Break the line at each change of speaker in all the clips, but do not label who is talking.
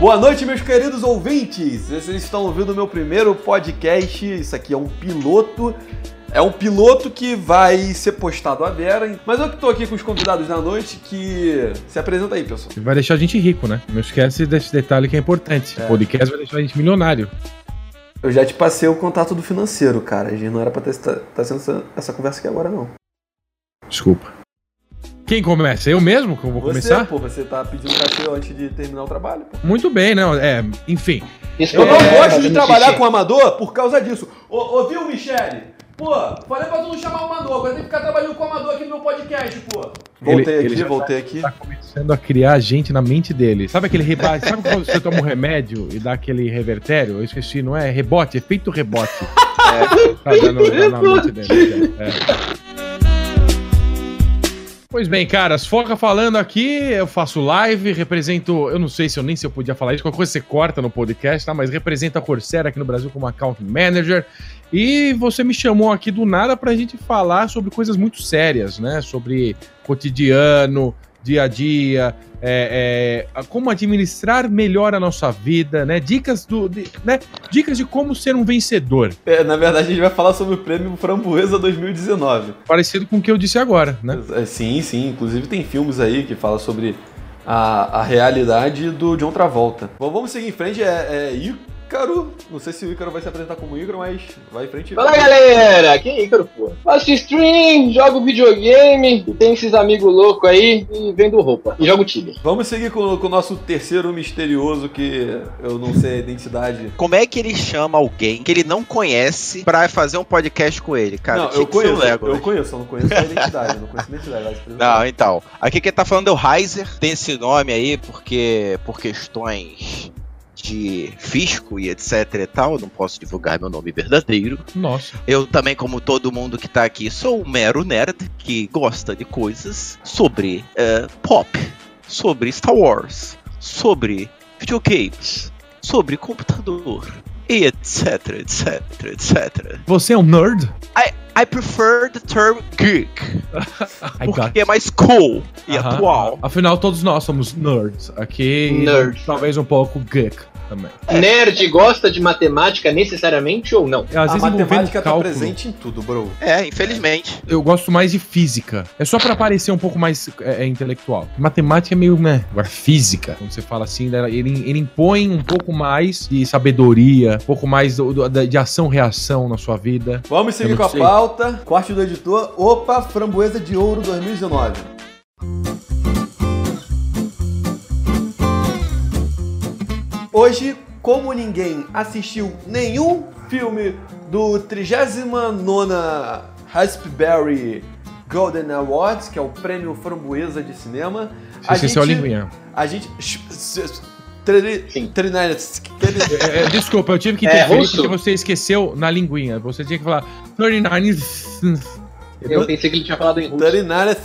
Boa noite, meus queridos ouvintes! Vocês estão ouvindo o meu primeiro podcast. Isso aqui é um piloto. É um piloto que vai ser postado à Vera. Mas eu que tô aqui com os convidados da noite que. Se apresenta aí, pessoal.
Vai deixar a gente rico, né? Não esquece desse detalhe que é importante.
É.
O podcast vai deixar a gente milionário.
Eu já te passei o contato do financeiro, cara. A gente não era pra estar sendo essa, essa conversa aqui agora, não.
Desculpa. Quem começa? Eu mesmo que eu vou
você,
começar?
pô, você tá pedindo café antes de terminar o trabalho, pô.
Muito bem, não. É, enfim.
Eu
É,
não gosto de trabalhar com amador por causa disso. Ô, ouviu, Michele? Pô, falei pra tu não chamar o amador, agora tem que ficar trabalhando com o amador aqui no meu podcast, pô. Voltei
Ele-
aqui,
ele já
voltei aqui.
Tá começando a criar a gente na mente dele. Sabe aquele rebote? Sabe quando você toma um remédio e dá aquele revertério? Eu esqueci, não é? Rebote, efeito rebote. É, tá dando dá na mente dele. é, é. Pois bem, caras, foca falando aqui, eu faço live, represento, eu não sei se eu nem se eu podia falar isso, qualquer coisa você corta no podcast, tá? Mas represento a Coursera aqui no Brasil como account manager. E você me chamou aqui do nada pra gente falar sobre coisas muito sérias, né? Sobre cotidiano, dia a dia, é, é, a- como administrar melhor a nossa vida, né? Dicas do, de, né? Dicas de como ser um vencedor,
É, na verdade, a gente vai falar sobre o prêmio Framboesa 2019.
parecido com o que eu disse agora, né?
É, Sim, sim. Inclusive tem filmes aí que falam sobre a, a realidade do John Travolta. Bom, vamos seguir em frente. É, é Ícaro. Não sei se o Ícaro vai se apresentar como Ícaro, mas vai em frente.
Fala galera, aqui é Ícaro, pô. Faço stream, jogo videogame, e tenho esses amigos loucos aí e vendo roupa. E jogo Tibia.
Vamos seguir com, com o nosso terceiro misterioso que eu não sei a identidade.
Como é que ele chama alguém que ele não conhece pra fazer um podcast com ele, cara?
não,
Tinha
eu
que ser o
conheço,
Legolas.
eu conheço, eu não conheço a identidade, eu não conheço a identidade. vai se apresentar.
Não, então. Aqui quem tá falando é o Heiser. Tem esse nome aí porque por questões de fisco e etc e tal, eu não posso divulgar meu nome verdadeiro.
Nossa.
Eu também, como todo mundo que tá aqui, sou um mero nerd que gosta de coisas sobre eh, pop, sobre Star Wars, sobre videogames, sobre computador e etc, etc, etc.
Você é um nerd?
I prefer the term geek,
I got
porque é mais cool e
Aham.
atual.
Afinal, todos nós somos nerds aqui. e
Nerd.
Talvez um pouco geek também.
É.
Nerd gosta de matemática necessariamente ou não?
Às
a
vezes envolvendo
matemática tá
cálculo.
presente em tudo, bro.
É, infelizmente.
Eu gosto mais de física. É só pra parecer um pouco mais é, é, intelectual. Matemática é meio, né? Agora, física, quando você fala assim, né, ele, ele impõe um pouco mais de sabedoria, um pouco mais do- do- da- de ação-reação na sua vida.
Vamos seguir
Eu
com
não
a
sei.
pauta. Corte do editor. Opa, Framboesa de Ouro 2019. Hoje, como ninguém assistiu nenhum filme do 39ª Raspberry Golden Awards, que é o prêmio Framboesa de cinema,
Se você é o linguinha.
a gente... Trini-
Sim.
Trinidad- Trinidad-
É, é, desculpa, eu tive que
É,
interferir
russo?
porque você esqueceu na linguinha. Você tinha que falar 39.
Eu pensei que ele tinha falado em russo.
Tarinara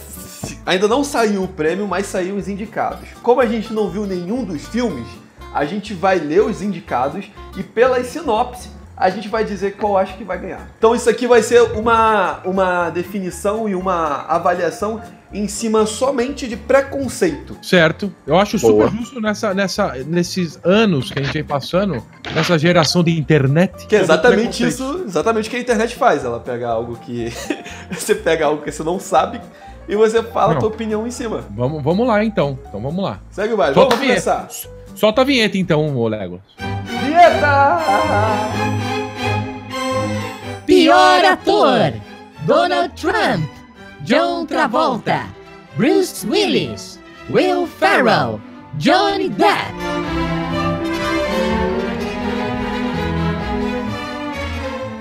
ainda não saiu o prêmio, mas saiu os indicados. Como a gente não viu nenhum dos filmes, a gente vai ler os indicados e pelas sinopse a gente vai dizer qual acho que vai ganhar. Então isso aqui vai ser uma, uma definição e uma avaliação em cima somente de preconceito.
Certo. Eu acho
Boa.
super justo nessa, nessa, nesses anos que a gente vem passando, nessa geração de internet.
Que é exatamente
Preconceito.
isso, exatamente o que a internet faz. Ela pega algo que você pega algo que você não sabe e você fala a
Não.
tua opinião em cima.
Vamos, vamos lá então. Então vamos lá.
Segue o baile.
Solta
Vamos
a vinheta.
começar.
Solta a vinheta então, ô Legolas.
Vinheta!
Pior ator: Donald Trump, John Travolta, Bruce Willis, Will Ferrell, Johnny Depp.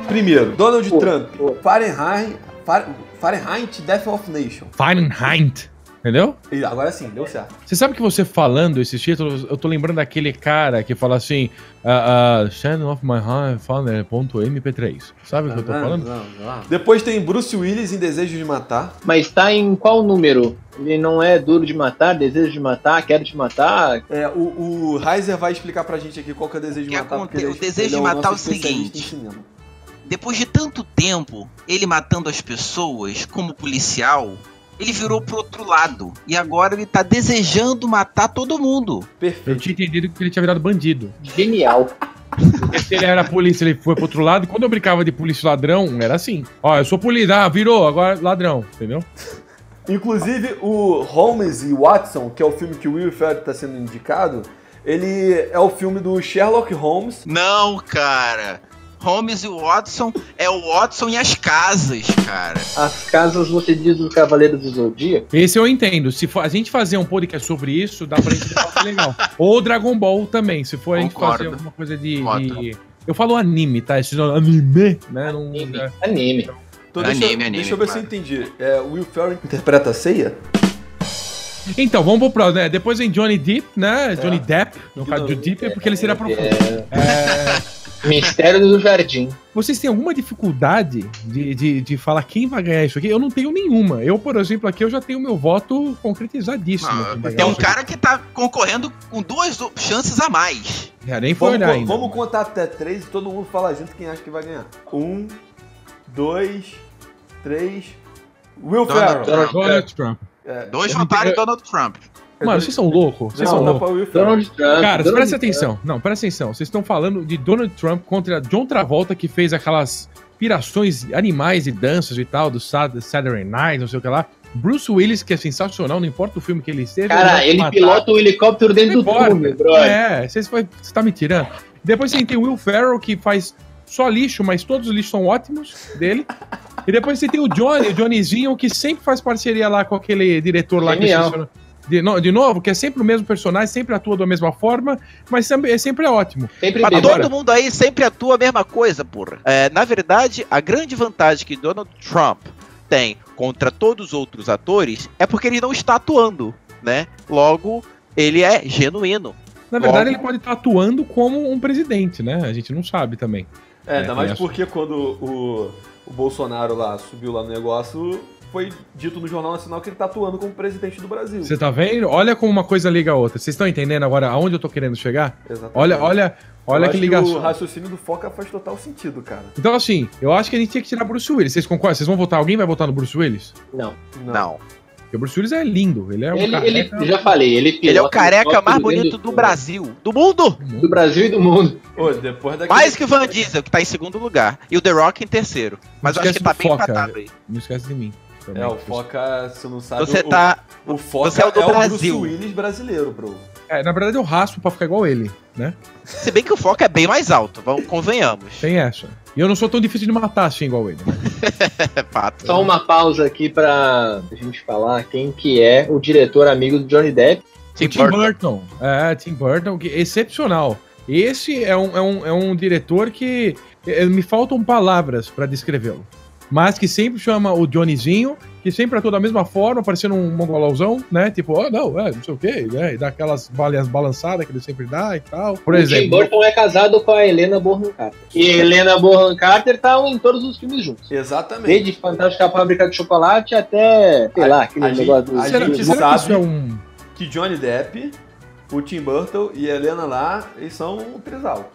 Primeiro, Donald
Pô,
Trump,
pô.
Fahrenheit, Fa- Fahrenheit Death of Nation.
Fahrenheit. Entendeu?
E agora sim, deu certo.
Você sabe que você falando esses títulos, eu tô lembrando daquele cara que fala assim: uh, uh, Shadow of My Heart, Fahrenheit.mp3. Sabe o que eu
Ah,
tô falando?
Depois tem Bruce Willis em Desejo de Matar.
Mas tá em qual número? Ele não é duro de matar, desejo de matar, quero te matar.
É, o, o Heiser vai explicar pra gente aqui qual que é o Desejo de
Que
Matar. porque
aconte-
ele
o Desejo
ele
de
nosso
Matar é o
especialista em
seguinte.
cinema.
Depois de tanto tempo, ele matando as pessoas como policial, Ele virou pro outro lado. E agora ele tá desejando matar todo mundo.
Eu
Perfeito.
tinha entendido que ele tinha virado bandido.
Genial.
Se ele era polícia, ele foi pro outro lado. E quando eu brincava de polícia e ladrão, era assim. Ó, eu sou polícia, ah, virou, agora ladrão, entendeu?
Inclusive, o Holmes e Watson, que é o filme que o Will Ferrell tá sendo indicado, ele é o filme do Sherlock Holmes.
Não, cara. Holmes e Watson é o Watson e as casas, cara.
As casas, você diz, do Cavaleiro do Zodíaco.
Esse eu entendo. Se for- a gente fazer um podcast sobre isso, dá pra gente falar que é legal. Ou Dragon Ball também, se for a gente
Concordo.
fazer alguma coisa de.
Concordo.
de- Eu falo anime, tá? Esse nome- anime, né? Não,
Anime.
É.
Anime.
Então,
Anime,
deixa,
anime,
deixa eu ver
claro.
se eu entendi. É, o Will Ferrell interpreta a ceia?
Então, vamos pro próximo, né? Depois vem Johnny Depp, né? Johnny Depp. No
É. Que
caso do
nome.
Depp é porque ele seria profundo.
Mistério do Jardim.
Vocês têm alguma dificuldade de, de, de falar quem vai ganhar isso aqui? Eu não tenho nenhuma. Eu, por exemplo, aqui eu já tenho meu voto concretizadíssimo.
Não,
Quem vai
tem
ganhar
um
isso aqui.
cara que tá concorrendo com duas chances a mais.
Já nem foi
Vamos,
olhar
co-
ainda.
vamos contar até três e todo mundo fala junto quem acha que vai ganhar. Um, dois, três. Will
Donald
Ferrell.
Trump.
Donald Trump.
É,
Dois
Eu-
otários e Donald Trump.
Mano, vocês são loucos. Vocês
não,
são
dá
loucos.
pra Will Ferrell.
Donald Trump.
Cara,
Donald
presta
Trump.
atenção. Não, presta atenção. Vocês estão falando de Donald Trump contra John Travolta, que fez aquelas pirações animais e danças e tal, do Sat- Saturday Night, não sei o que lá. Bruce Willis, que é sensacional, não importa o filme que ele esteja.
Cara,
vai
ele
matar.
pilota o helicóptero dentro
Não
do
importa.
túnel, brother.
É, você foi- você tá me tirando. Depois você tem o Will Ferrell, que faz só lixo, mas todos os lixos são ótimos dele. E depois você tem o Johnny, o Johnnyzinho, que sempre faz parceria lá com aquele diretor lá que eu
Genial.
esqueci o nome. de, no- de novo, que é sempre o mesmo personagem, sempre atua da mesma forma, mas sempre, é sempre ótimo.
Sempre
Mas
bem.
Adoro. Agora-
todo mundo aí sempre atua a mesma coisa, porra. É, na verdade, a grande vantagem que Donald Trump tem contra todos os outros atores é porque ele não está atuando, né? Logo, ele é genuíno.
Na verdade,
Óbvio.
ele pode estar atuando como um presidente, né? A gente não sabe também.
É,
É,
ainda mais
conheço.
porque quando o, o Bolsonaro lá subiu lá no negócio, foi dito no Jornal Nacional que ele tá atuando como presidente do Brasil.
Você tá vendo? Olha como uma coisa liga a outra. Vocês estão entendendo agora aonde eu tô querendo chegar?
Exatamente.
Olha, olha,
Eu
olha
acho
que
O
ligação.
raciocínio do Foca faz total sentido, cara.
Então, assim, eu acho que a gente tinha que tirar Bruce Willis. Vocês concordam? Vocês vão votar? Alguém vai votar no Bruce Willis?
Não.
Não.
Porque o Bruce Willis é lindo. Ele é um
Ele,
cara.
ele- eu já falei, ele pilota.
Ele é o é careca
helicóptero
mais
dentro
bonito do
túnel.
Brasil. Do mundo!
Do Brasil e do mundo.
Ô, depois daquele...
Mais que o Van Diesel, que tá em segundo lugar. E o The Rock em terceiro. Mas eu acho
esquece
que tá
do
bem
Foca.
empatado aí.
Não esquece de mim. também.
É, o Foca, se não sabe...
Você
o,
tá.
O Foca
você é o do
é
Brasil.
o Bruce Willis brasileiro, bro.
É, na verdade, eu raspo pra ficar igual ele, né?
Se bem que o Foca é bem mais alto, vamos, convenhamos.
Tem essa. E eu não sou tão difícil de matar assim igual ele. né?
É fato.
Só uma pausa aqui pra gente falar quem que é o diretor amigo do Johnny Depp.
Tim
O Tim
Burton.
Burton. É, Tim Burton, que é excepcional. Esse é um, é um, é um diretor que é, me faltam palavras pra descrevê-lo. Mas que sempre chama o Johnnyzinho, que sempre atua da mesma forma, parecendo um mongolãozão, né? Tipo, oh, não, é, não sei o quê, né? E dá aquelas balhas balançadas que ele sempre dá e tal. Por
O Tim
exemplo,
Burton é casado com a Helena Bonham Carter. E a Helena Bonham Carter tá em todos os filmes juntos.
Exatamente.
Desde Fantástica Fábrica de Chocolate até, sei lá, aquele
a gente-
negócio do...
a
será,
gente
será que isso
sabe-
é um...
Que Johnny Depp, o Tim Burton e a Helena lá, eles são um trisal.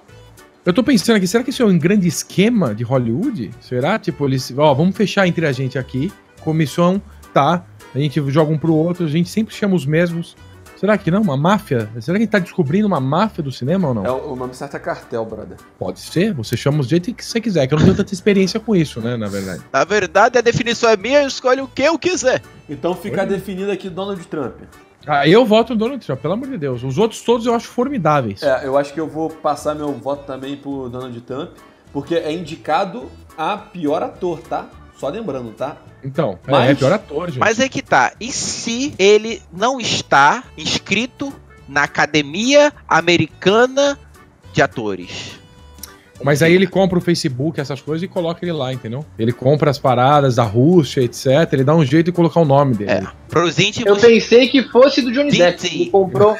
Eu tô pensando aqui, será que isso é um grande esquema de Hollywood? Será? Tipo, eles. Ó, vamos fechar entre a gente aqui. Comissão, tá. A gente joga um pro outro, a gente sempre chama os mesmos. Será que não? Uma máfia? Será que a gente tá descobrindo uma máfia do cinema ou não?
É, o o nome certo é cartel, brother.
Pode ser, você chama os jeito que você quiser, que eu não tenho tanta experiência com isso, né, na verdade.
Na verdade, a definição é minha, eu escolho o que eu quiser.
Então fica
Olha.
definido aqui Donald Trump.
Ah, eu voto no Donald Trump, pelo amor de Deus. Os outros todos eu acho formidáveis.
É, eu acho que eu vou passar meu voto também pro Donald Trump, porque é indicado a pior ator, tá? Só lembrando, tá?
Então, é,
Mas-
é pior ator, gente.
Mas aí que tá. E se ele não está inscrito na Academia Americana de Atores?
Mas aí ele compra o Facebook, essas coisas, e coloca ele lá, entendeu? Ele compra as paradas da Rússia, etc. Ele dá um jeito de colocar o nome dele.
É. Pros
Eu
íntimos.
pensei que fosse do Johnny
Sim,
Depp.
sim.
Ele comprou,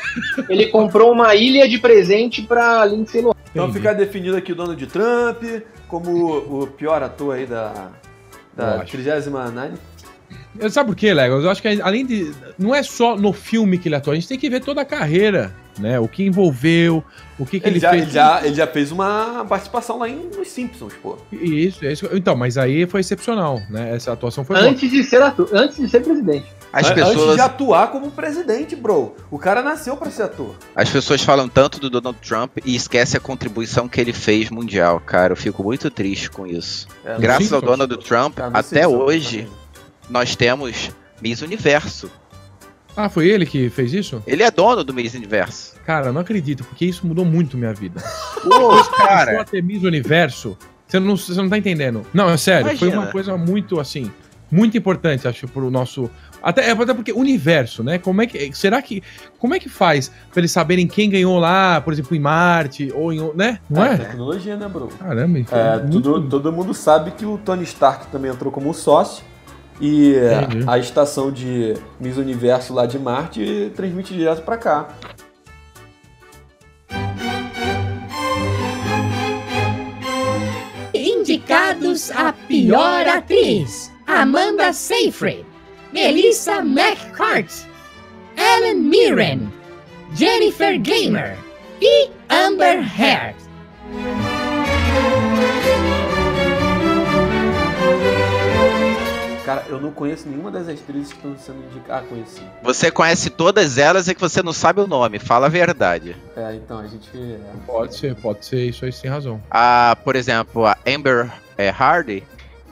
ele comprou uma ilha de presente pra Lindsay Lohan.
Então
Entendi.
fica definido aqui o Donald Trump como o pior ator aí da,
Eu
da
acho.
39.
Eu- Sabe por quê, Legos? Eu acho que além de. Não é só no filme que ele atua, a gente tem que ver toda a carreira, né? O que envolveu, o que, que ele,
Ele já,
fez.
ele, já, ele já fez uma participação lá em, nos Simpsons, pô.
é Isso, isso. Então, mas aí foi excepcional, né? Essa atuação foi boa.
Antes de ser ator, antes de ser presidente.
As
An- Antes
pessoas,
de atuar como presidente, bro. O cara nasceu pra ser ator.
as pessoas falam tanto do Donald Trump e esquecem a contribuição que ele fez mundial, cara. Eu fico muito triste com isso.
É, não
Graças
sei
ao
se-
Donald Trump,
Ah, não sei
até
se-
hoje, nós temos Miss Universo.
Ah, foi ele que fez isso?
Ele é dono do Miss Universo.
Cara, eu não acredito, porque isso mudou muito minha vida.
Pô,
Começou
cara.
a ter Miss Universo, você não, você não tá entendendo. Não, é sério, foi
Imagina.
uma coisa muito, assim, muito importante, acho, pro nosso... Até, é, até porque universo, né? Como é que... Será que... Como é que faz pra eles saberem quem ganhou lá, por exemplo, em Marte, ou em... o- Né? Não
É,
é?
tecnologia, né, bro?
Caramba, isso
É,
muito-
tudo- todo mundo sabe que o Tony Stark também entrou como sócio e é,
Entendi.
a estação de Miss Universo lá de Marte transmite direto pra cá.
Indicados a pior atriz: Amanda Seyfried, Melissa McCarthy, Ellen Mirren, Jennifer Gamer e Amber Heard.
Cara, eu não conheço nenhuma das atrizes que estão sendo indicadas. Ah, conheci.
Você conhece todas elas e que você não sabe o nome. Fala a verdade.
É, então, a gente. é,
Pode ser, pode ser, isso aí você tem razão.
A, por exemplo, a Amber é, Hardy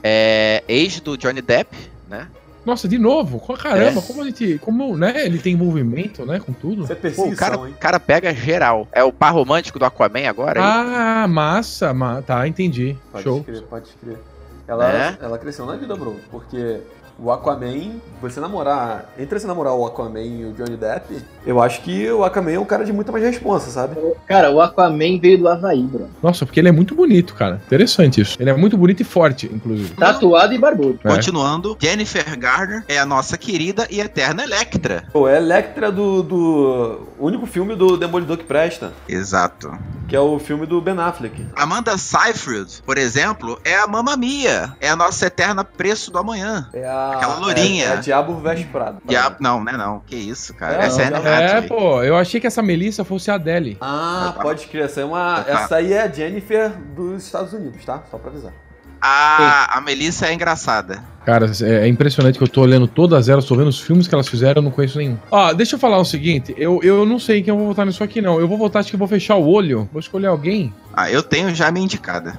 é ex do Johnny Depp, né?
Nossa, de novo? Co- Caramba,
É.
como a gente. Como, né? Ele tem envolvimento, né? Com tudo.
Isso é
Pô, o cara,
perseguição,
o
hein?
cara pega geral. É o par romântico do Aquaman agora? é hein?
Ah, massa, ma tá, entendi.
Pode
Show.
crer, pode crer. Ela,
É?
ela cresceu na vida, bro. Porque o Aquaman, você namorar. Entre você namorar o Aquaman e o Johnny Depp, eu acho que o Aquaman é um cara de muita mais responsa, sabe?
Cara, o Aquaman veio do Havaí, bro.
Nossa, porque ele é muito bonito, cara. Interessante isso. Ele é muito bonito e forte, inclusive.
Tatuado e barbudo.
É.
Continuando, Jennifer Garner é a nossa querida e eterna Electra.
Pô, é Electra do, do o único filme do Demolidor que presta,
Exato.
que é o filme do Ben Affleck.
Amanda Seyfried, por exemplo, é a Mamma Mia. É a nossa eterna preço do amanhã.
É a,
Aquela lourinha.
É, é a Diabo Veste Prado.
E a- não, né? Não, que isso, cara.
Não,
Essa é a
não.
Anne
É,
Hathaway.
pô, eu achei que essa Melissa fosse a Adele.
Ah, pode crer. Essa, é uma,
Tá.
essa aí é a Jennifer dos Estados Unidos, tá? Só pra avisar.
A, a Melissa é engraçada.
Cara, é é impressionante que eu tô olhando todas elas, tô vendo os filmes que elas fizeram, eu não conheço nenhum. Ó, deixa eu falar o seguinte, eu, eu não sei quem eu vou votar nisso aqui, não. Eu vou votar, acho que eu vou fechar o olho, vou escolher alguém.
Ah, eu tenho já minha indicada.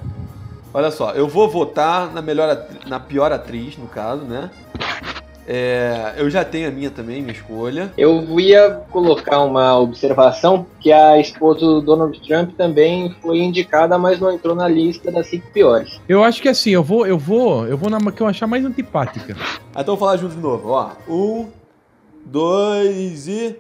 Olha só, eu vou votar na melhor atri- na pior atriz, no caso, né? É, eu já tenho a minha também, minha escolha.
Eu ia colocar uma observação que a esposa do Donald Trump também foi indicada, mas não entrou na lista das cinco piores.
Eu acho que assim, eu vou, eu vou, eu vou na que eu achar mais antipática.
Então vou falar junto de novo, ó. Um, dois e.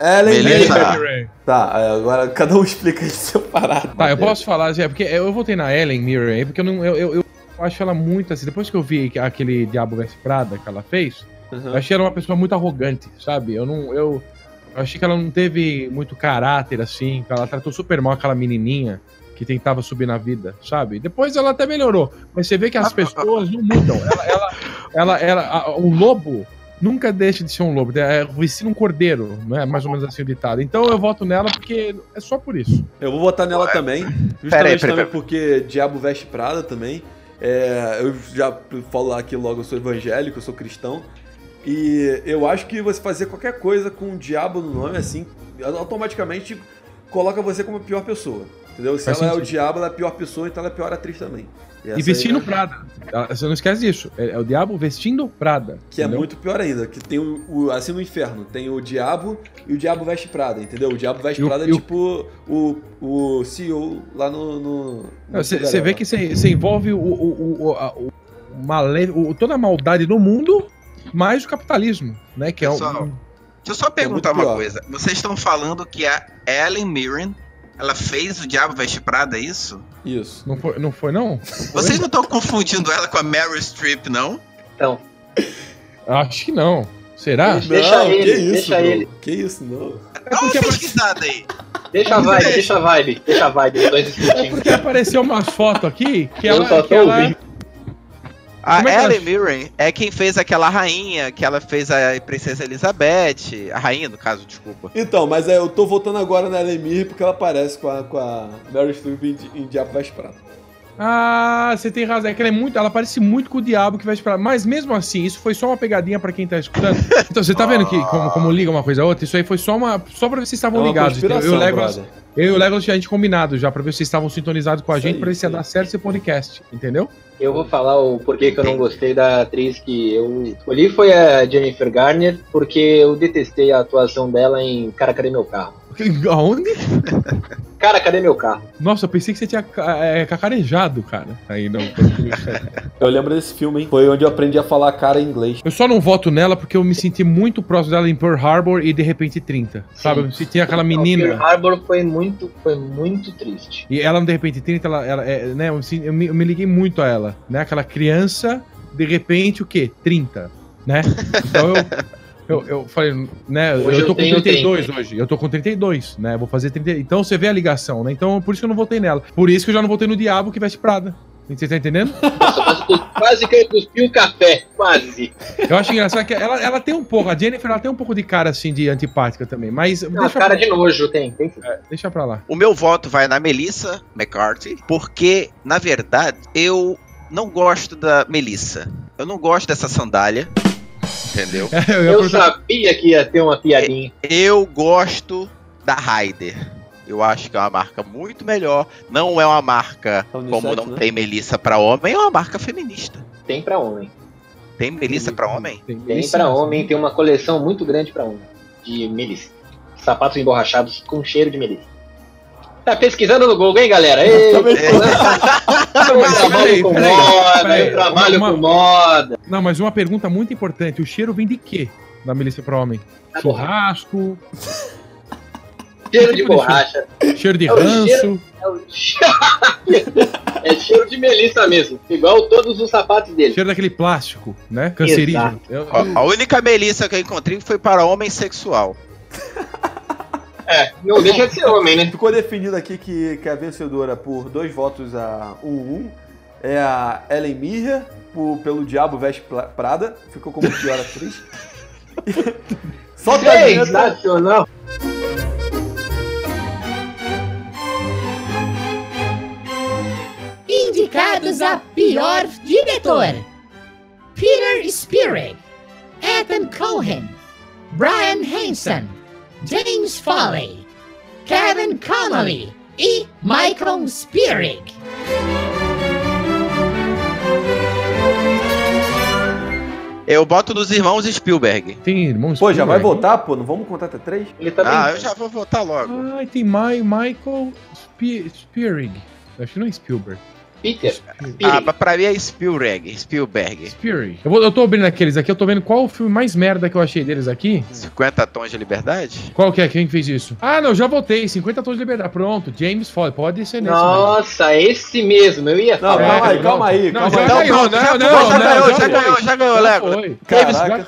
Ellen
Beleza.
Mirren. Tá, é, agora cada um explica isso separado.
Tá, eu posso falar, Zé, porque eu votei na Ellen Mirren, aí, porque eu não. Eu, eu, eu acho ela muito assim. Depois que eu vi aquele Diabo Veste Prada que ela fez, eu
Uhum.
achei ela uma pessoa muito arrogante, sabe? Eu não. Eu, eu achei que ela não teve muito caráter, assim. que Ela tratou super mal aquela menininha que tentava subir na vida, sabe? Depois ela até melhorou. Mas você vê que as pessoas não mudam. Ela. ela, ela, ela- a- o lobo. Nunca deixa de ser um lobo, é vestindo um cordeiro, né? Mais ou menos assim o ditado. Então eu voto nela porque é só por isso.
Eu vou votar nela também. Justamente
Peraí, peraí,
também
peraí.
porque Diabo Veste Prada também. É, eu já falo aqui logo, eu sou evangélico, eu sou cristão. E eu acho que você fazer qualquer coisa com o diabo no nome, assim, automaticamente coloca você como a pior pessoa. Entendeu? Se
Faz
ela é o
sentido.
diabo, ela é a pior pessoa, então ela é a pior atriz também. essa
E
aí
vestindo
é-
Prada. Ah, Você não esquece disso. É, é o diabo vestindo Prada.
Que é
entendeu?
muito pior ainda, que tem o, o- Assim no inferno, tem o diabo e o diabo veste Prada, entendeu? O diabo veste
E o-
Prada
e
é
o-
tipo o, o CEO lá no. no- né? no
É, Você você
Cinderela.
vê que você você envolve o, o, o, a- o, male- o- toda a maldade do mundo, mais o capitalismo, né? Que é
Pessoal,
um.
Deixa eu só perguntar
muito pior.
uma coisa. Vocês estão falando que a Ellen Mirren, ela fez o Diabo Veste Prada, é isso?
Isso.
Não foi, não? Foi, não?
Vocês não estão confundindo ela com a Meryl Streep, não?
Acho que não. Será? É
Deixa ele, deixa
bro.
ele.
Que isso, não.
Dá uma pesquisada aí.
Deixa a vibe, deixa a vibe, deixa a vibe, os dois
É
discutindo.
porque apareceu umas fotos aqui que
Eu
ela.
só tô
Que ela
ouvindo.
A
Como é que ela
Ellen
ch-
Mirren é quem fez aquela rainha, que ela fez a Princesa Elizabeth. A rainha, no caso, desculpa.
Então, mas é, eu tô voltando agora na Ellen Mirren porque ela parece com a, com a Meryl Streep em, Di- em Diabo Veste Prada.
Ah, você tem razão. É que ela é muito. Ela parece muito com o diabo que vai esperar. Mas mesmo assim, isso foi só uma pegadinha pra quem tá escutando. Então você tá vendo que como, como liga uma coisa a outra? Isso aí foi só uma. Só pra ver se vocês
É
estavam
uma
ligados. entendeu? Eu e o
conspiração,
Legolas.
brother.
Eu e o Legolas tinha a gente combinado já, pra ver se vocês estavam sintonizados com a
Isso
gente,
aí,
pra ver se ia
isso
dar
aí.
certo esse podcast, entendeu?
Eu vou falar o porquê que eu não gostei da atriz que eu escolhi foi a Jennifer Garner, porque eu detestei a atuação dela em Cara, cadê meu carro?
Aonde?
Cara, cadê meu carro?
Nossa, eu pensei que você tinha ca- é, cacarejado, cara. Aí não.
Eu lembro desse filme, hein? Foi onde eu aprendi a falar cara em inglês.
Eu só não voto nela porque eu me senti muito próximo dela em Pearl Harbor e de repente 30. Sabe? Eu me senti aquela menina.
Pearl Harbor foi muito, foi muito triste.
E ela, no de repente, 30, ela, ela é, né, eu, me sin- eu me, eu me liguei muito a ela, né? Aquela criança, de repente, o quê? 30, né? Então eu, eu, eu falei, né?
Hoje
eu tô
eu
com
tenho
32 hoje, eu tô com 32, né? Vou fazer 30. Então você vê a ligação, né? Então por isso que eu não votei nela. Por isso que eu já não votei no Diabo que veste Prada. Você tá entendendo?
Nossa, mas eu- quase que eu cuspi o café, quase.
Eu acho engraçado que ela, ela tem um pouco, a Jennifer, ela tem um pouco de cara assim de antipática também, mas
Não,
deixa,
cara é
pra,
de nojo tem, tem sim.
deixa pra lá.
O meu voto vai na Melissa McCarthy, porque, na verdade, eu não gosto da Melissa. Eu não gosto dessa sandália. Entendeu?
Eu ia
Eu
perguntar-
sabia que ia ter uma piadinha.
Eu gosto da Raider. Eu acho que é uma marca muito melhor. Não é uma marca,
É unissex,
como não
né?
tem Melissa pra homem, é uma marca feminista.
Tem pra homem.
Tem Melissa pra homem?
Tem,
Tem pra homem, tem uma coleção muito grande pra homem. De melissa. Sapatos emborrachados com cheiro de melissa. Tá pesquisando no Google, hein, galera? Ei,
Também
eu trabalho
peraí,
com
peraí,
moda,
peraí.
eu trabalho
Uma-
com moda.
Não, mas uma pergunta muito importante. O cheiro vem de quê na milícia para homem?
Tá bom.
Churrasco,
Cheiro de
tipo de
borracha.
cheiro de
É o
ranço.
cheiro- É, o cheiro- É cheiro de melissa mesmo. Igual todos os sapatos dele.
Cheiro daquele plástico, né? Cancerígeno. Eu-
Ó, A única Melissa que eu encontrei foi para homem sexual.
É, não deixa de ser homem, né?
Ficou definido aqui que, que a vencedora por dois votos a 1-1 é a Ellen Mirra, por- pelo Diabo Veste Pla- Prada, ficou como pior atriz. Solta a
né?
vinheta.
Sensacional.
Indicados a pior diretor: Peter Spirig, Ethan Cohen, Brian Hanson, James Foley, Kevin Connolly e Michael Spirig.
Eu boto dos irmãos Spielberg.
Tem irmãos.
Pô, já vai
Spielberg?
votar, pô? Não vamos contar até três?
Ele tá
Ah,
bem.
eu já vou votar logo.
Ai, tem My, Michael Spe Spearing. Acho que não é Spielberg.
Peter.
Spielberg.
Ah, mas pra mim é Spielberg.
É.
Spielberg.
Spearing. Eu, vou- eu tô abrindo aqueles aqui, eu tô vendo qual o filme mais merda que eu achei deles aqui.
50 tons de liberdade?
Qual que é? Quem fez isso? Ah, não, já votei. 50 tons de liberdade. Pronto, James Foley. Pode ser nesse. mesmo.
Nossa, esse mesmo. Eu ia
Não,
É,
calma aí,
pronto.
calma aí,
Não,
calma
já
aí.
ganhou,
Então pronto,
não,
já-
não,
já
não,
ganhou,
já
já ganhou, já ganhou,
Já
Lego.
foi. Davis
Caraca.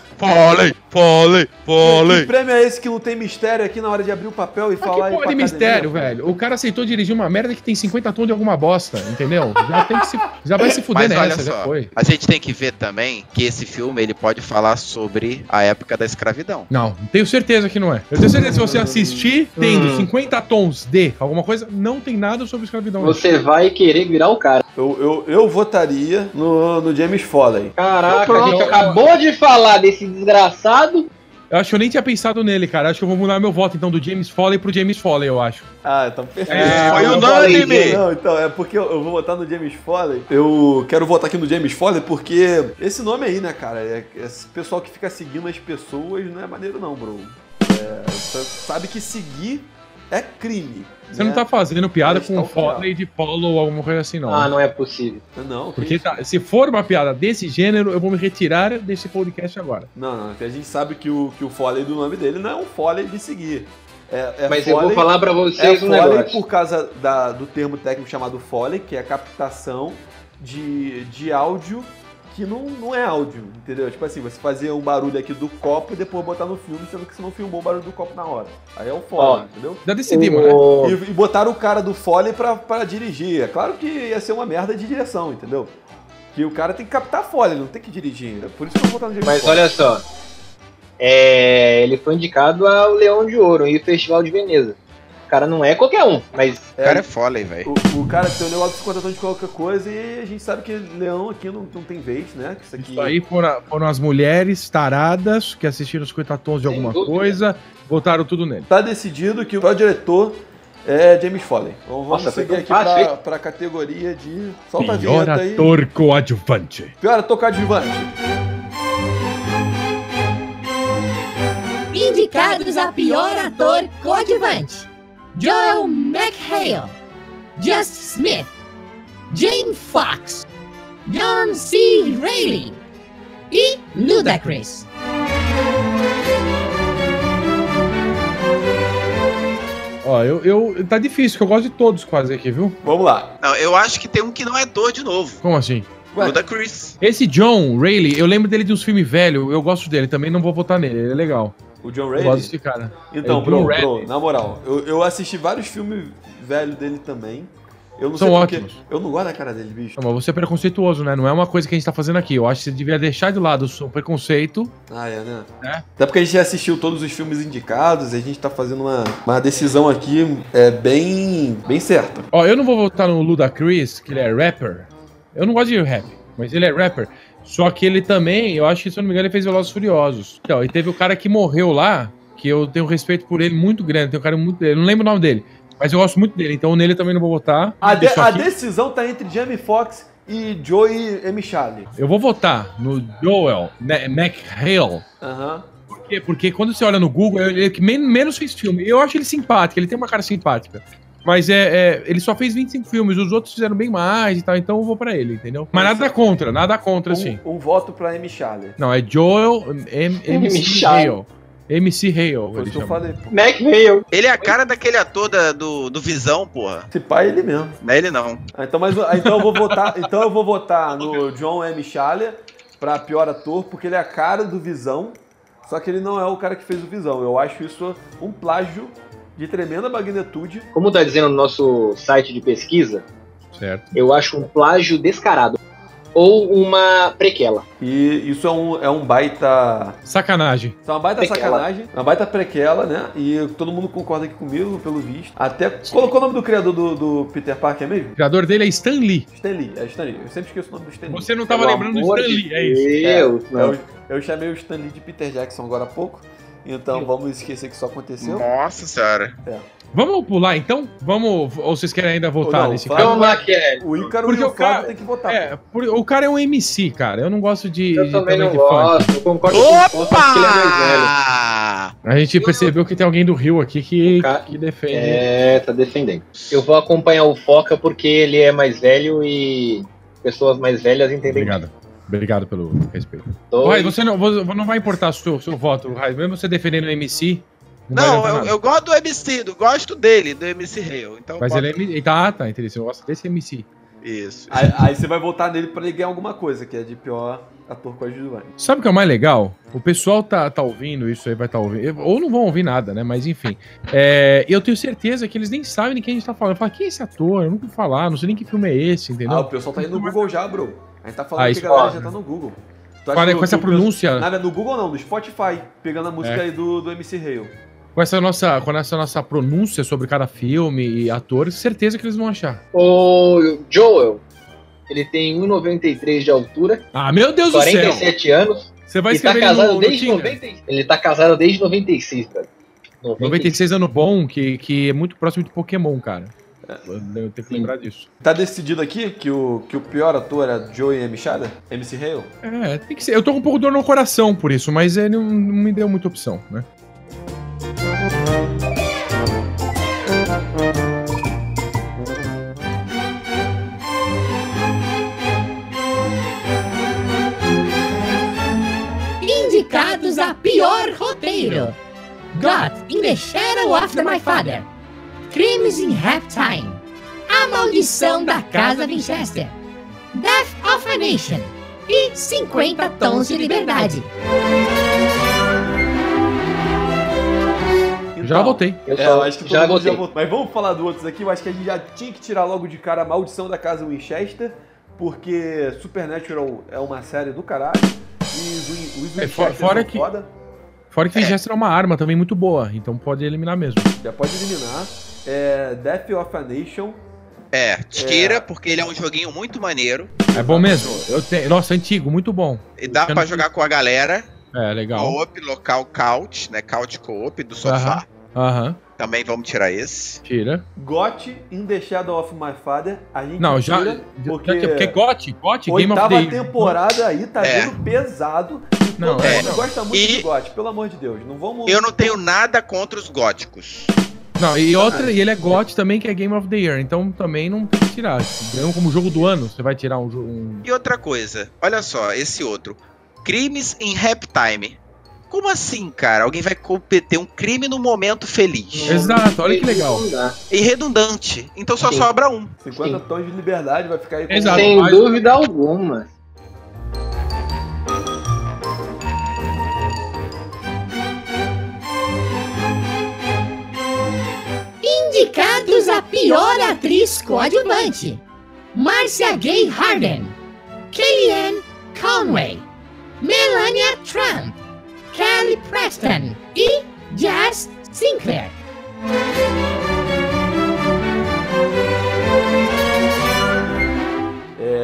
Falei, falei,
Que prêmio é esse que não tem mistério aqui na hora de abrir o papel e
Mas
falar?
que
e ir
porra
pra
de mistério,
academia?
velho? O cara aceitou dirigir uma merda que tem 50 tons de alguma bosta, entendeu? Já, tem que se, já vai se fuder
Mas olha
nessa, já
só,
foi.
a gente tem que ver também que esse filme ele pode falar sobre a época da escravidão.
Não, tenho certeza que não é. Eu tenho certeza que se você assistir tendo 50 tons de alguma coisa, não tem nada sobre escravidão.
Você vai querer virar o cara.
Eu, eu, eu votaria no, no James Foley.
Caraca,
Pronto.
a gente acabou de falar desse desgraçado.
Eu acho que eu nem tinha pensado nele, cara. Acho que eu vou mudar meu voto, então, do James Foley pro James Foley, eu acho.
Ah, então perfeito.
É,
Foi um
eu
unânime!
Não, então, é porque eu eu vou votar no James Foley. Eu quero votar aqui no James Foley porque esse nome aí, né, cara? é- esse pessoal que fica seguindo as pessoas não é maneiro, não, bro. É, sa- sabe que seguir é crime.
Você
né?
não tá fazendo piada
Eles
com
tão
o Foley de Polo ou alguma coisa assim, não.
Ah, não é possível.
Não, que
Porque
isso?
tá- se for uma piada desse gênero, eu vou me retirar desse podcast agora.
Não, não, porque a gente sabe que o, que o Foley do nome dele não é um Foley de seguir. É, é
Mas eu
Foley,
vou falar pra
é
vocês um
Foley
negócio.
por causa da- do termo técnico chamado Foley, que é a captação de, de áudio que não, não é áudio, entendeu? Tipo assim, você fazer um barulho aqui do copo e depois botar no filme, sendo que você não filmou o barulho do copo na hora. Aí é o Foley,
Ó.
entendeu?
Já decidimos, né?
O-
E, e botaram o cara do Foley pra, pra dirigir. É claro que ia ser uma merda de direção, entendeu? Que o cara tem que captar Foley, não tem que dirigir. É por isso que eu vou botar no James
Mas
Foley.
olha só. É, ele foi indicado ao Leão de Ouro e o Festival de Veneza. O cara não é qualquer um, mas
O cara é foda, hein, velho.
O, o cara tem o Leão se contratou de qualquer coisa e a gente sabe que leão aqui não, não tem vez, né? Que isso aqui.
Isso aí foram, foram as mulheres taradas que assistiram 50 tons de
Sem
alguma
dúvida.
coisa, botaram tudo nele.
Tá decidido que o maior diretor é James Foley. Então vamos
Nossa, foi
seguir
tão
aqui
fácil,
pra, pra categoria de. Solta a
Pior
vinheta aí.
ator coadjuvante.
Pior ator coadjuvante.
Indicados a pior ator coadjuvante: Joel McHale, Just Smith, Jane Fox, John C. Reilly e Ludacris.
Ó, eu, eu. Tá difícil, que eu gosto de todos quase aqui, viu?
Vamos lá.
Não, eu acho que tem um que não é dor de novo.
Como assim?
Ué,
O da Chris.
Esse John Rayleigh, eu lembro dele de uns filmes velhos, eu gosto dele, também não vou votar nele, ele é legal.
o John
Eu
Ray.
gosto desse cara.
Então,
é o
Bruno,
John
Bruno,
Ray.
na moral, eu, eu assisti vários filmes velhos dele também. Eu não
São
sei porque.
ótimos.
Eu não gosto da cara dele, bicho.
Não, mas você é preconceituoso, né? Não é uma coisa que a gente tá fazendo aqui. Eu acho que você devia deixar de lado o seu preconceito.
Ah, é, né?
É.
Até porque a gente já assistiu todos os filmes indicados e a gente tá fazendo uma, uma decisão aqui é, bem, bem certa.
Ó, eu não vou votar no Ludacris, que ele é rapper. Eu não gosto de rap, mas ele é rapper. Só que ele também, eu acho que, se eu não me engano, ele fez Velozes e Furiosos. Então, e teve o cara que morreu lá, que eu tenho um respeito por ele muito grande. Tem um cara muito. Eu não lembro o nome dele, mas eu gosto muito dele, então nele eu também não vou votar.
A, Ah, de-
Isso
a
aqui-
decisão tá entre Jamie Foxx e Joey M. Charlie.
Eu vou votar no Joel né, McHale.
Aham.
Por quê? Porque quando você olha no Google, ele é o que men- menos fez filme. Eu acho ele simpático, ele tem uma cara simpática. Mas é, é, ele só fez 25 filmes, os outros fizeram bem mais e tal, então eu vou pra ele, entendeu? Mas nada contra, nada contra, assim.
Um, um voto pra M. Charlie.
Não, é Joel M MC Hale.
Michel.
MC Hale.
Foi o
ele
que eu
chama.
falei. pô.
Mac veio.
Ele é a cara daquele ator da- do, do Visão, porra.
Esse pai é ele mesmo.
Não é ele não.
Ah, então, mas, ah, então, eu vou votar, então eu vou votar no John M. Charlie pra pior ator, porque ele é a cara do Visão, só que ele não é o cara que fez o Visão. Eu acho isso um plágio de tremenda magnitude.
Como tá dizendo no nosso site de pesquisa,
Certo.
eu acho um plágio descarado. Ou uma prequela.
E isso é um, é um baita
Sacanagem.
Isso é uma baita
Prequela.
sacanagem, uma baita prequela, né? E todo mundo concorda aqui comigo, pelo visto. Até colocou o nome do criador do, do Peter Parker
O
mesmo?
criador dele é Stan Lee.
Stan Lee, é Stan Lee. Eu sempre esqueço o nome do Stan Lee.
Você não tava
Pelo
lembrando do
amor
Stan
de
Lee, é isso.
Deus, não.
Eu, eu chamei o Stan Lee de Peter Jackson agora há pouco, então vamos esquecer que isso aconteceu.
Nossa senhora.
Vamos pular então? Vamos. Ou vocês querem ainda votar
não,
nesse
vai-
cara?
Vamos lá, Kelly.
O Ícaro
Porque
e o
o
Fábio
cara-
tem que votar.
É, por- o cara é um MC, cara. Eu não gosto de.
Eu
de-
também não
de funk.
gosto. Eu concordo com o Fausto, porque ele é mais velho.
Opa!
A gente percebeu que tem alguém do Rio aqui que,
O ca-
que defende.
É, tá defendendo. Eu vou acompanhar o Foca porque ele é mais velho e pessoas mais velhas entendem.
Obrigado. Obrigado pelo respeito.
Dois.
Rai, você não, você não vai importar seu, seu voto, Rai. Mesmo você defendendo o MC.
Não,
vai adiantar
eu,
nada.
eu gosto do MC, eu gosto dele, do MC Hale. Então
Mas
bota-
ele é MC. Tá, tá, entendi. Você gosta desse MC.
Isso.
Aí, aí você vai votar nele pra ele ganhar alguma coisa, que é de pior ator coadjuvante.
Sabe o que é o mais legal? O pessoal tá, tá ouvindo isso aí, vai estar tá ouvindo. Ou não vão ouvir nada, né? Mas enfim. É, eu tenho certeza que eles nem sabem de quem a gente tá falando. Fala, quem é esse ator? Eu nunca vou falar, não sei nem que filme é esse,
Ah,
entendeu?
o pessoal tá indo no Google já, bro. A gente tá falando
Ah,
que
isso
a galera
pode.
já tá no Google. Tu acha
Fala
que
com
o-
essa
que o pessoal-
pronúncia.
Na verdade, no Google não, no Spotify, pegando a música
É.
aí do, do MC Hale.
com essa nossa, com essa nossa pronúncia sobre cada filme e ator, certeza que eles vão achar.
O Joel, ele tem 1,93 de altura,
Ah, meu Deus do céu!
47 anos,
Você vai
e tá
escrever
casado
no, né? no
desde
Tinder.
96. Ele tá casado desde 96, velho.
96 ano bom, que, que é muito próximo de Pokémon, cara. Eu tenho que
Sim.
lembrar disso.
Tá decidido aqui que o, que o pior ator é Joey M. Shada? MC Hale?
É, tem que ser. Eu tô com um pouco de dor no coração por isso, mas ele não, não me deu muita opção, né?
Indicados a pior roteiro: God in the Shadow After My Father, Crimes in Halftime, A Maldição da Casa Winchester, Death of a Nation e 50 Tons de Liberdade.
Então.
Já votei.
Eu
É,
só-
eu acho que todo
já
mundo
gostei.
já votou. Mas vamos falar do outros aqui. Eu acho que a gente já tinha que tirar logo de cara a maldição da casa Winchester, porque Supernatural é uma série do caralho. E os, Win- os
É, fora-
Winchester
fora
são
que-
foda.
Fora que Winchester é uma arma também muito boa, então pode eliminar mesmo.
Já pode eliminar. É, Death of a Nation.
É, tira, porque ele é um joguinho muito maneiro.
É bom mesmo. Eu te- Nossa, antigo, muito bom.
E dá
Eu
pra
não-
jogar com a galera.
É, legal.
Co-op, local couch, né? Couch co-op do sofá.
Aham,
Também vamos tirar esse.
tira.
Got in the Shadow of My Father. A gente
Não, já.
tira,
Porque, já que- porque GOT, GOT, Game of the
Oitava
Year.
temporada aí tá
É.
vindo pesado.
Não,
Todo
é,
mundo
não.
gosta muito
E-
de GOT, pelo amor de Deus. Não vamos.
Eu não tenho nada contra os góticos.
Não, e outra, e ele é GOT também, que é Game of the Year, então também não tem que tirar. tipo, Mesmo como jogo do ano, você vai tirar um jogo. Um...
E outra coisa, olha só, esse outro. Crimes em rap time. Como assim, cara? Alguém vai cometer um crime no momento feliz.
Exato, olha que legal.
Não dá.
E redundante. Então só
Sim.
sobra um.
50 tons de liberdade vai ficar aí com
Exato. um.
Sem
mas-
dúvida alguma.
Indicados a pior atriz coadjuvante: Marcia Gay Harden, Kellyanne Conway, Melania Trump, Kelly Preston e Jazz Sinclair.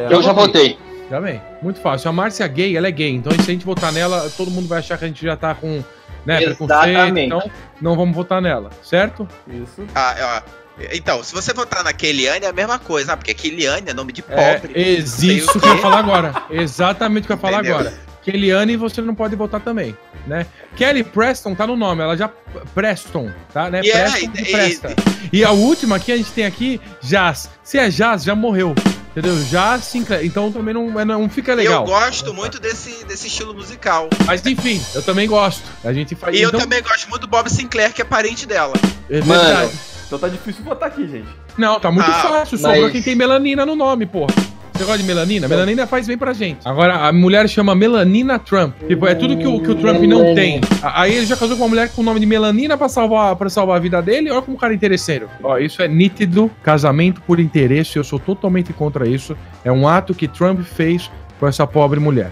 Eu já votei.
Também. Muito fácil. A Márcia é gay, ela é gay. Então, se a gente votar nela, todo mundo vai achar que a gente já tá com né, preconceito.
Exatamente.
Então, não vamos votar nela, certo?
isso.
Ah, ó. Então, se você votar na Keliane, é a mesma coisa. Ah, porque Keliane é nome de
É,
pobre.
ex-
Sei
isso
o
que eu ia
quê.
falar agora. Exatamente o que eu ia falar
Entendeu?
agora. Kellyanne, você não pode votar também, né? Kelly Preston tá no nome, ela já... Preston, tá? Né?
E é,
Preston
e-
que presta. E a última que a gente tem aqui, Jazz. Se é Jazz, já morreu. Entendeu? Jazz, Sinclair. Então também não, é- não fica legal.
Eu gosto muito desse, desse estilo musical.
Mas enfim, eu também gosto. A gente faz...
E eu
então-
também gosto muito do Bob Sinclair, que é parente dela.
É
Mano,
verdade.
Então tá difícil votar aqui, gente.
Não, tá muito
Ah,
fácil.
mas-
Sobrou quem tem melanina no nome, porra. Você gosta de melanina? Melanina faz bem pra gente. Agora, a mulher chama Melanina Trump. Tipo, é tudo que o, que o Trump não tem. A- Aí ele já casou com uma mulher com o nome de Melanina pra salvar, pra salvar a vida dele. Olha como o cara é interesseiro. Ó, isso é nítido. Casamento por interesse. Eu sou totalmente contra isso. É um ato que Trump fez com essa pobre mulher.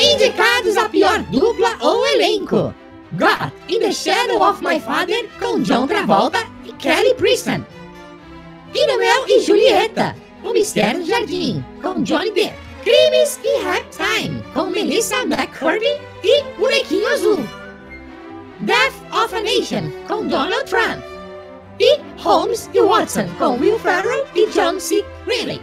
Indicados a pior dupla ou elenco: God in the Shadow of My Father com John Travolta e Kelly Preston. Pinomel e Julieta, O Mistério do Jardim com Johnny Depp. Crimes e Halftime com Melissa McCurdy e Bonequinho Azul. Death of a Nation com Donald Trump. E Holmes e Watson com Will Ferrell e John C. Reilly.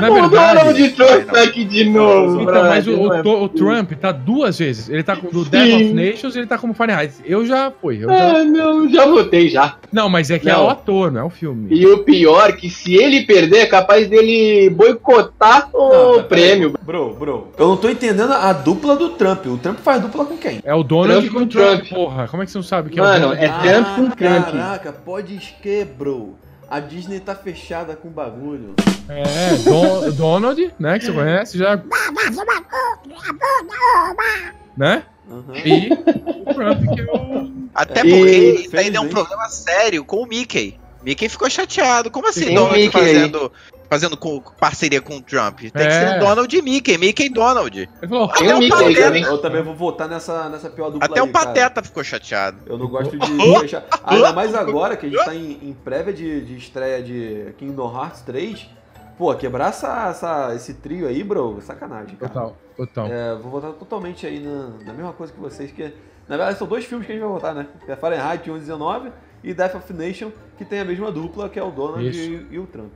Na
Mudou o nome
é verdade...
de Trump aqui de novo.
Então, mas o,
brother,
o
não é
To- o
possível.
Trump tá duas vezes. Ele tá com o Death of
Sim.
Nations e ele tá como Fahrenheit. Eu já fui. Eu já...
Ah, não, já votei já.
Não, mas é que é
Não.
o ator, não é o filme.
E o pior é que se ele perder, é capaz dele boicotar o
Não, tá,
prêmio.
Bro, bro. Eu não tô entendendo a dupla do Trump. O Trump faz dupla com quem?
É o Donald
Trump
com o
com
Trump.
Trump.
Porra, como é que você não sabe que é o
Mano,
Donald?
É Trump com Trump.
Ah, Caraca, pode esquer, bro. A Disney tá fechada com o bagulho.
É, Don- Donald, né, que você conhece, já... né?
Aham.
E o Trump, que é o...
Até
É.
porque
E-
isso aí deu um
infelizmente.
problema sério com o Mickey. Mickey ficou chateado. Como assim,
Tem
Donald
Mickey aí.
fazendo, fazendo co- parceria com o Trump? Tem que
É.
ser um Donald e Mickey, Mickey e Donald.
Ele falou, "Oh,
Tem
Até
o
o
Mickey aí
Pateta.
também.
Eu também vou votar nessa, nessa pior dupla
Tá Até
aí,
o
um
cara.
Pateta ficou chateado.
Eu não gosto de fechar. Ainda mais agora que a gente tá em, em prévia de, de estreia de Kingdom Hearts 3. Pô, quebrar essa, essa- esse trio aí, bro, é sacanagem, cara.
total, total.
É, vou votar totalmente aí na, na mesma coisa que vocês, que na verdade são dois filmes que a gente vai votar, né? Que é Fahrenheit 1119 e Death of Nation, que tem a mesma dupla, que é o Donald
Isso.
e, e o Trump.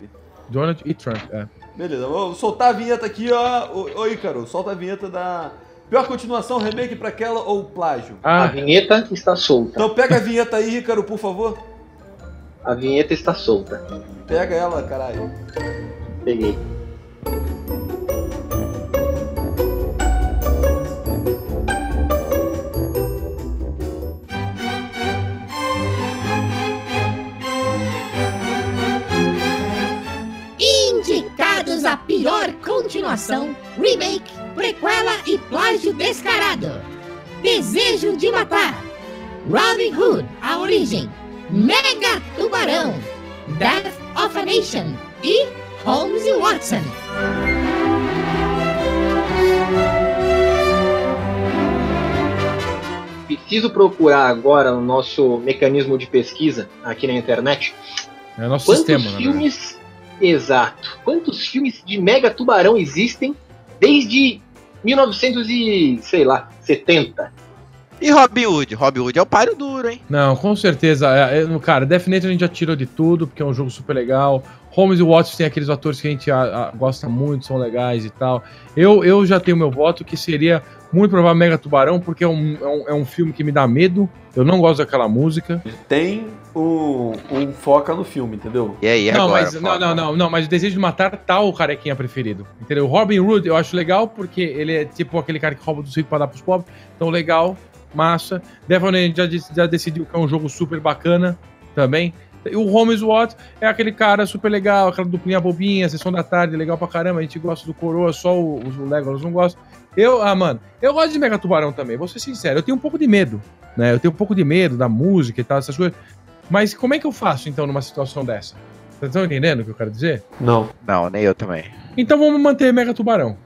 Donald e Trump, é.
Beleza, vou soltar a vinheta aqui, ó. Ô, ô Ícaro, solta a vinheta da pior continuação, remake pra aquela ou plágio.
A
Ah,
vinheta está solta.
Então pega a vinheta aí, Ícaro, por favor.
A vinheta está solta.
Pega ela, caralho.
Peguei.
Indicados a pior continuação, remake, prequela e plágio descarado. Desejo de matar. Robin Hood, A Origem, Mega Tubarão, Death of a Nation e Holmes e Watson.
Preciso procurar agora o nosso mecanismo de pesquisa aqui na internet.
É o nosso
Quantos
sistema, né? velho?
filmes. Exato. Quantos filmes de Mega Tubarão existem desde 1900 e, sei lá, 70?
E Robin Hood? Robin Hood é o páreo duro, hein?
Não, com certeza. é, é, cara, Definitely a gente já tirou de tudo, porque é um jogo super legal. Holmes e Watson tem aqueles atores que a gente a- a- gosta muito, são legais e tal. Eu, eu já tenho meu voto, que seria muito provável Mega Tubarão, porque é um, é um, é um filme que me dá medo. Eu não gosto daquela música.
Tem um, um foca no filme, entendeu?
E aí,
não,
agora?
mas, não,
Fala.
não, não, não, mas o desejo de matar tá o carequinha preferido. Entendeu? O Robin Hood eu acho legal, porque ele é tipo aquele cara que rouba dos ricos pra dar pros pobres. Então, legal, massa. Devon a gente já, disse- já decidiu que é um jogo super bacana também. E o Holmes Watt é aquele cara super legal, aquela duplinha bobinha, sessão da tarde, legal pra caramba. A gente gosta do Coroa, só o, o Legolas não gosta. Eu, ah, mano, eu gosto de Mega Tubarão também, vou ser sincero. Eu tenho um pouco de medo, né? Eu tenho um pouco de medo da música e tal, essas coisas. Mas como é que eu faço, então, numa situação dessa? Vocês estão entendendo o que eu quero dizer?
Não.
Não, nem eu também.
Então vamos manter Mega Tubarão.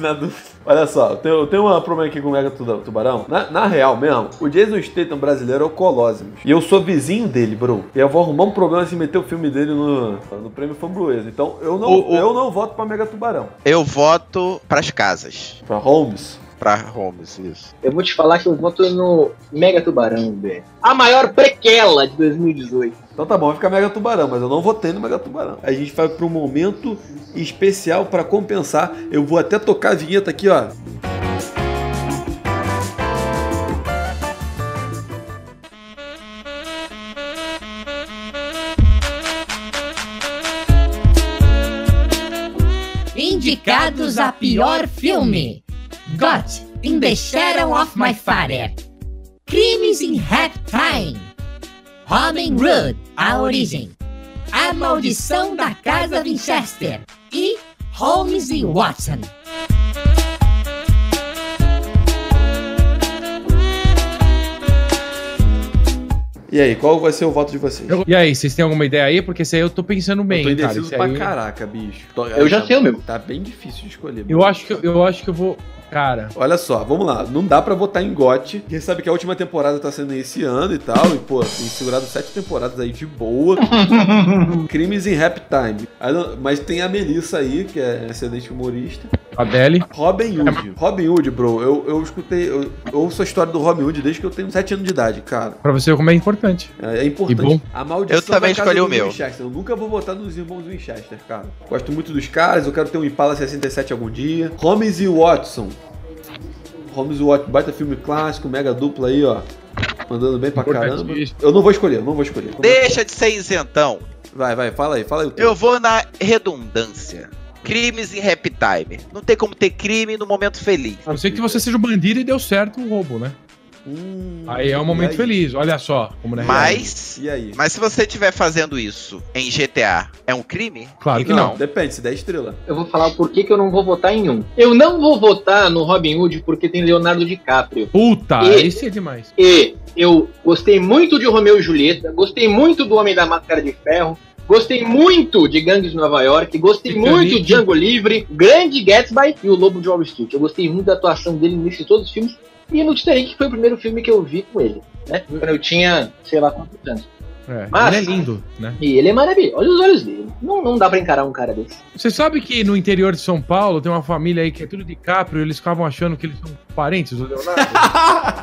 Na dúvida. Olha só, tem, tem um problema aqui com o Mega Tuda- Tubarão. Na, na real mesmo, o Jason Statham brasileiro é o Colosimo. E eu sou vizinho dele, bro. E eu vou arrumar um problema se meter o filme dele no, no prêmio Fambruesa. Então eu não,
O- o-
eu não voto pra Mega Tubarão.
Eu voto pras casas.
Pra Holmes.
Pra Holmes, isso.
Eu vou te falar que eu voto no Mega Tubarão, velho. A maior prequela de 2018.
Então tá bom, vai ficar Mega Tubarão, mas eu não votei no Mega Tubarão. A gente vai pra um momento especial pra compensar. Eu vou até tocar a vinheta aqui, ó.
Indicados a pior filme: Got in the Shadow of My Father, Crimes in Halftime, Robin Hood, A Origem, A Maldição da Casa Winchester e Holmes e Watson.
E aí, qual vai ser o voto de vocês?
Eu- E aí, vocês têm alguma ideia aí? Porque esse aí eu tô pensando bem,
eu tô
cara,
indeciso
esse
pra
aí-
caraca, bicho. Tô-
Eu já
tá-
sei o meu.
Tá bem difícil de escolher.
Eu acho que eu- eu acho que eu vou. Cara.
Olha só, vamos lá. Não dá pra votar em GOT. Quem sabe que a última temporada tá sendo esse ano e tal. E, pô, tem segurado sete temporadas aí de boa. Crimes em Rap Time. Aí não- Mas tem a Melissa aí, que é excelente humorista.
Adele.
Robin Hood. Robin Hood, bro. Eu, eu escutei... Eu, eu ouço a história do Robin Hood desde que eu tenho sete anos de idade, cara.
Pra você ver como é importante.
É, é
E bom.
importante. A maldição
Eu também
da casa
escolhi o
dos
meu.
Winchester. Eu nunca vou votar nos irmãos Winchester, cara. Gosto muito dos caras, eu quero ter um Impala 67 algum dia. Holmes e Watson. Holmes e Watson, baita filme clássico, mega dupla aí, ó. Mandando bem pra caramba.
Importantíssimo.
Eu não vou escolher, eu não vou escolher. é?
Deixa de ser isentão.
Vai, vai, fala aí, fala aí o teu.
Eu vou na redundância. Crimes em rap time. Não tem como ter crime no momento feliz.
A não ser que você seja o bandido e deu certo o roubo, né?
Hum,
Aí é um momento
e aí?
feliz. Olha só como é.
Mas.
E aí?
Mas se você estiver fazendo isso em GTA, é um crime?
Claro que
Não.
não.
Depende, se der estrela.
Eu vou falar por que que eu não vou votar em um. Eu não vou votar no Robin Hood porque tem Leonardo DiCaprio.
Puta,
E-
esse é demais.
E eu gostei muito de Romeu e Julieta, gostei muito do Homem da Máscara de Ferro, gostei muito de Gangues de Nova York, gostei
Titanic.
muito de Django Livre, Grande Gatsby e O Lobo de Wall Street. Eu gostei muito da atuação dele nesses todos os filmes. E no Titanic que foi o primeiro filme que eu vi com ele, né? Quando eu tinha, sei lá quantos anos.
É,
Mas-
Ele é lindo, né?
E ele é maravilhoso. Olha os olhos dele. Não, não dá pra encarar um cara desse.
Você sabe que no interior de São Paulo tem uma família aí que é tudo de caprio, eles ficavam achando que eles são parentes do Leonardo.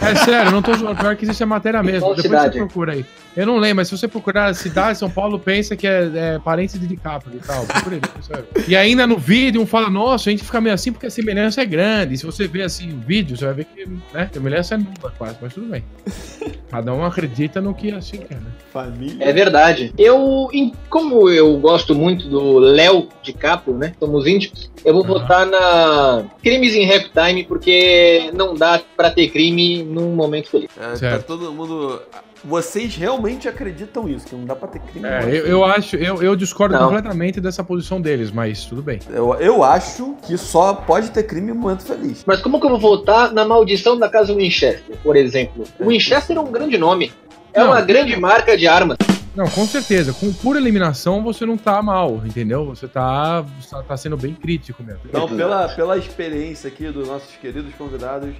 é sério, não tô zoando. Pior que existe a matéria mesmo.
Qual
Depois
cidade?
você procura aí. Eu não lembro, mas se você procurar a cidade de São Paulo, pensa que é, é parente de DiCaprio e tal. Procura aí, sério. E ainda no vídeo, um fala, nossa, a gente fica meio assim porque a semelhança é grande. E se você vê assim o vídeo, você vai ver que né, a semelhança é nula quase, mas tudo bem. Cada um acredita no que, assim, assim, cara.
Família.
É verdade. Eu, em- como eu gosto muito do Léo DiCaprio, né? Somos íntimos. Eu vou
Aham.
votar na Crimes em Rap Time, porque não dá pra ter crime num momento feliz.
É, tá
Certo.
todo mundo. Vocês realmente acreditam isso, que não dá pra ter crime.
É,
não.
eu, eu acho, eu, eu discordo
Não.
completamente dessa posição deles, mas tudo bem.
Eu, eu acho que só pode ter crime em momento feliz.
Mas como que eu vou votar na maldição da casa Winchester, por exemplo? O Winchester é um grande nome. É
Não.
uma grande marca de armas.
Não, com certeza. Com pura eliminação você não tá mal, entendeu? Você tá, você tá- tá sendo bem crítico mesmo.
Então, pela, pela experiência aqui dos nossos queridos convidados,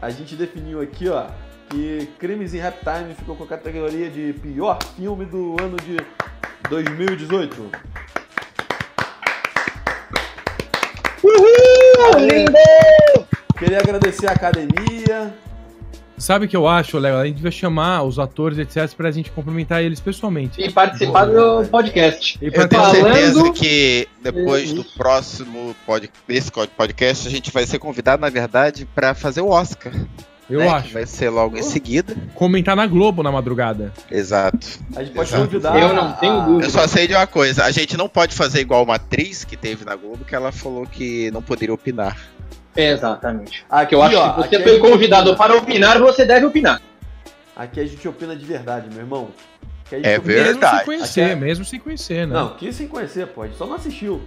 a gente definiu aqui, ó, que Crimes em Rap Time ficou com a categoria de pior filme do ano de 2018.
Pô, É linda!
Queria agradecer a academia.
Sabe o que eu acho, Léo? A gente devia chamar os atores, etc, pra gente cumprimentar eles pessoalmente.
E participar
Boa.
do podcast.
E pra
Eu
ter um
tenho
uma-
Falando-
certeza que depois do próximo pod... desse podcast, a gente vai ser convidado, na verdade, pra fazer o Oscar.
eu
né, que
acho.
Vai ser logo em seguida.
Comentar na Globo na madrugada.
Exato.
A gente pode
Exato.
convidar.
Eu não tenho
a-
dúvida.
Eu só sei de uma coisa: a gente não pode fazer igual uma atriz que teve na Globo, que ela falou que não poderia opinar.
Exatamente.
Aqui,
Que eu acho
ó,
que você
aqui
foi
a gente-
convidado para opinar, você deve opinar.
Aqui a gente opina de verdade, meu irmão. Aqui a gente
É
opina-
verdade.
Mesmo sem conhecer,
Aqui é-
mesmo sem conhecer, né?
Não, que sem conhecer, pô. A gente só não assistiu.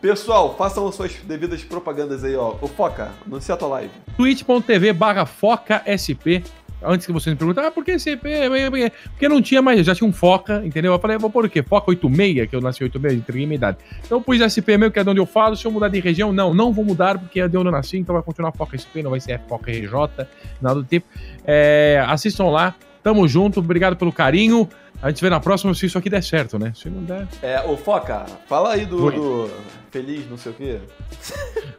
Pessoal, façam as suas devidas propagandas aí, ó. Ô, Foca, anuncia a tua live.
twitch.tv barra foca SP. Antes que vocês me perguntem, ah, por que SP? Porque não tinha mais, já tinha um foca, entendeu? Eu falei, vou pôr o quê? Foca 86, que eu nasci em 86, entreguei minha idade. Então eu pus SP mesmo, que é de onde eu falo. Se eu mudar de região, não, não vou mudar, porque é de onde eu nasci, então vai continuar foca SP, não vai ser foca RJ, nada do tipo. É, assistam lá, tamo junto, obrigado pelo carinho. A gente se vê na próxima se isso aqui der certo, né? Se não der.
É, ô, Foca, fala aí do,
Oi.
do Feliz não sei o quê.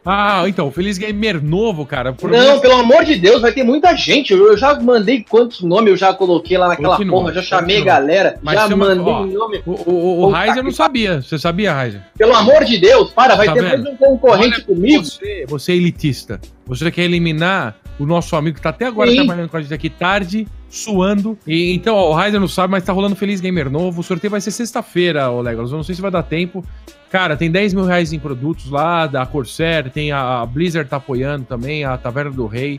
Ah, então, feliz gamer novo, cara. Por-
Não, pelo amor de Deus, vai ter muita gente. Eu eu já mandei quantos nomes eu já coloquei lá naquela
Continua,
porra, já chamei
continua.
a galera,
Mas
já
chama-
mandei
ó.
nome.
O, o, o
Puta
Heiser
que
não sabia. Você sabia, Heiser?
Pelo amor de Deus, para, vai
Tá
ter
vendo?
mais um concorrente
Olha,
comigo.
Você, você é elitista. Você quer eliminar o nosso amigo que tá até agora
Sim.
trabalhando com a gente aqui tarde, suando. E, então, ó, o Raizer não sabe, mas tá rolando Feliz Gamer novo. O sorteio vai ser sexta-feira, ô Legolas. Eu não sei se vai dar tempo. Cara, tem 10 mil reais em produtos lá, da Corsair, tem a, a Blizzard tá apoiando também, a Taverna do Rei.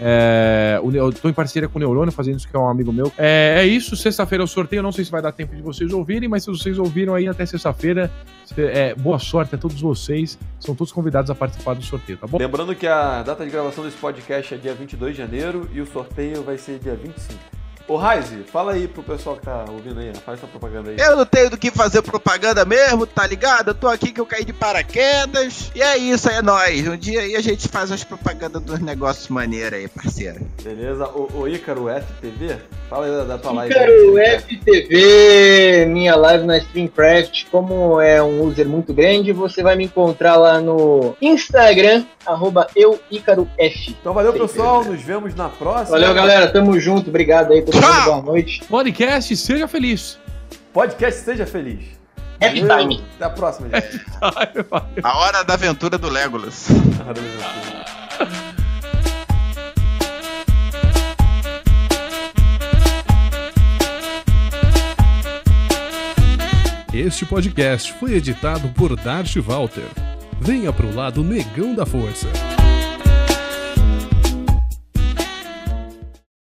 É, o Ne- eu tô em parceria com o Neurônio fazendo isso, que é um amigo meu. É, é isso, sexta-feira é o sorteio. eu Não sei se vai dar tempo de vocês ouvirem, mas se vocês ouviram aí até sexta-feira, se- é, boa sorte a todos vocês. São todos convidados a participar do sorteio, tá bom?
Lembrando que a data de gravação desse podcast é dia 22 de janeiro e o sorteio vai ser dia 25. Ô, Raize, fala aí pro pessoal que tá ouvindo aí, faz essa propaganda aí.
Eu não tenho do que fazer propaganda mesmo, tá ligado? Eu tô aqui que eu caí de paraquedas. E é isso, é nóis. Um dia aí a gente faz as propagandas dos negócios maneiros aí, parceiro.
Beleza? Ô, ô Ícaro FTV, fala aí da, da tua live.
né?
Ícaro
aí.
FTV, minha live na Streamcraft, como é um user muito grande, você vai me encontrar lá no Instagram, arroba eu, Ícaro F.
Então valeu,
Sim,
pessoal. Nos vemos na próxima.
Valeu, galera, tamo junto, obrigado aí, todo mundo, boa noite.
Podcast, seja feliz.
Podcast Seja Feliz.
Happy
Valeu.
time.
Até a próxima, gente.
A hora da aventura do Legolas.
Este podcast foi editado por Darth Walter. Venha pro lado negão da força.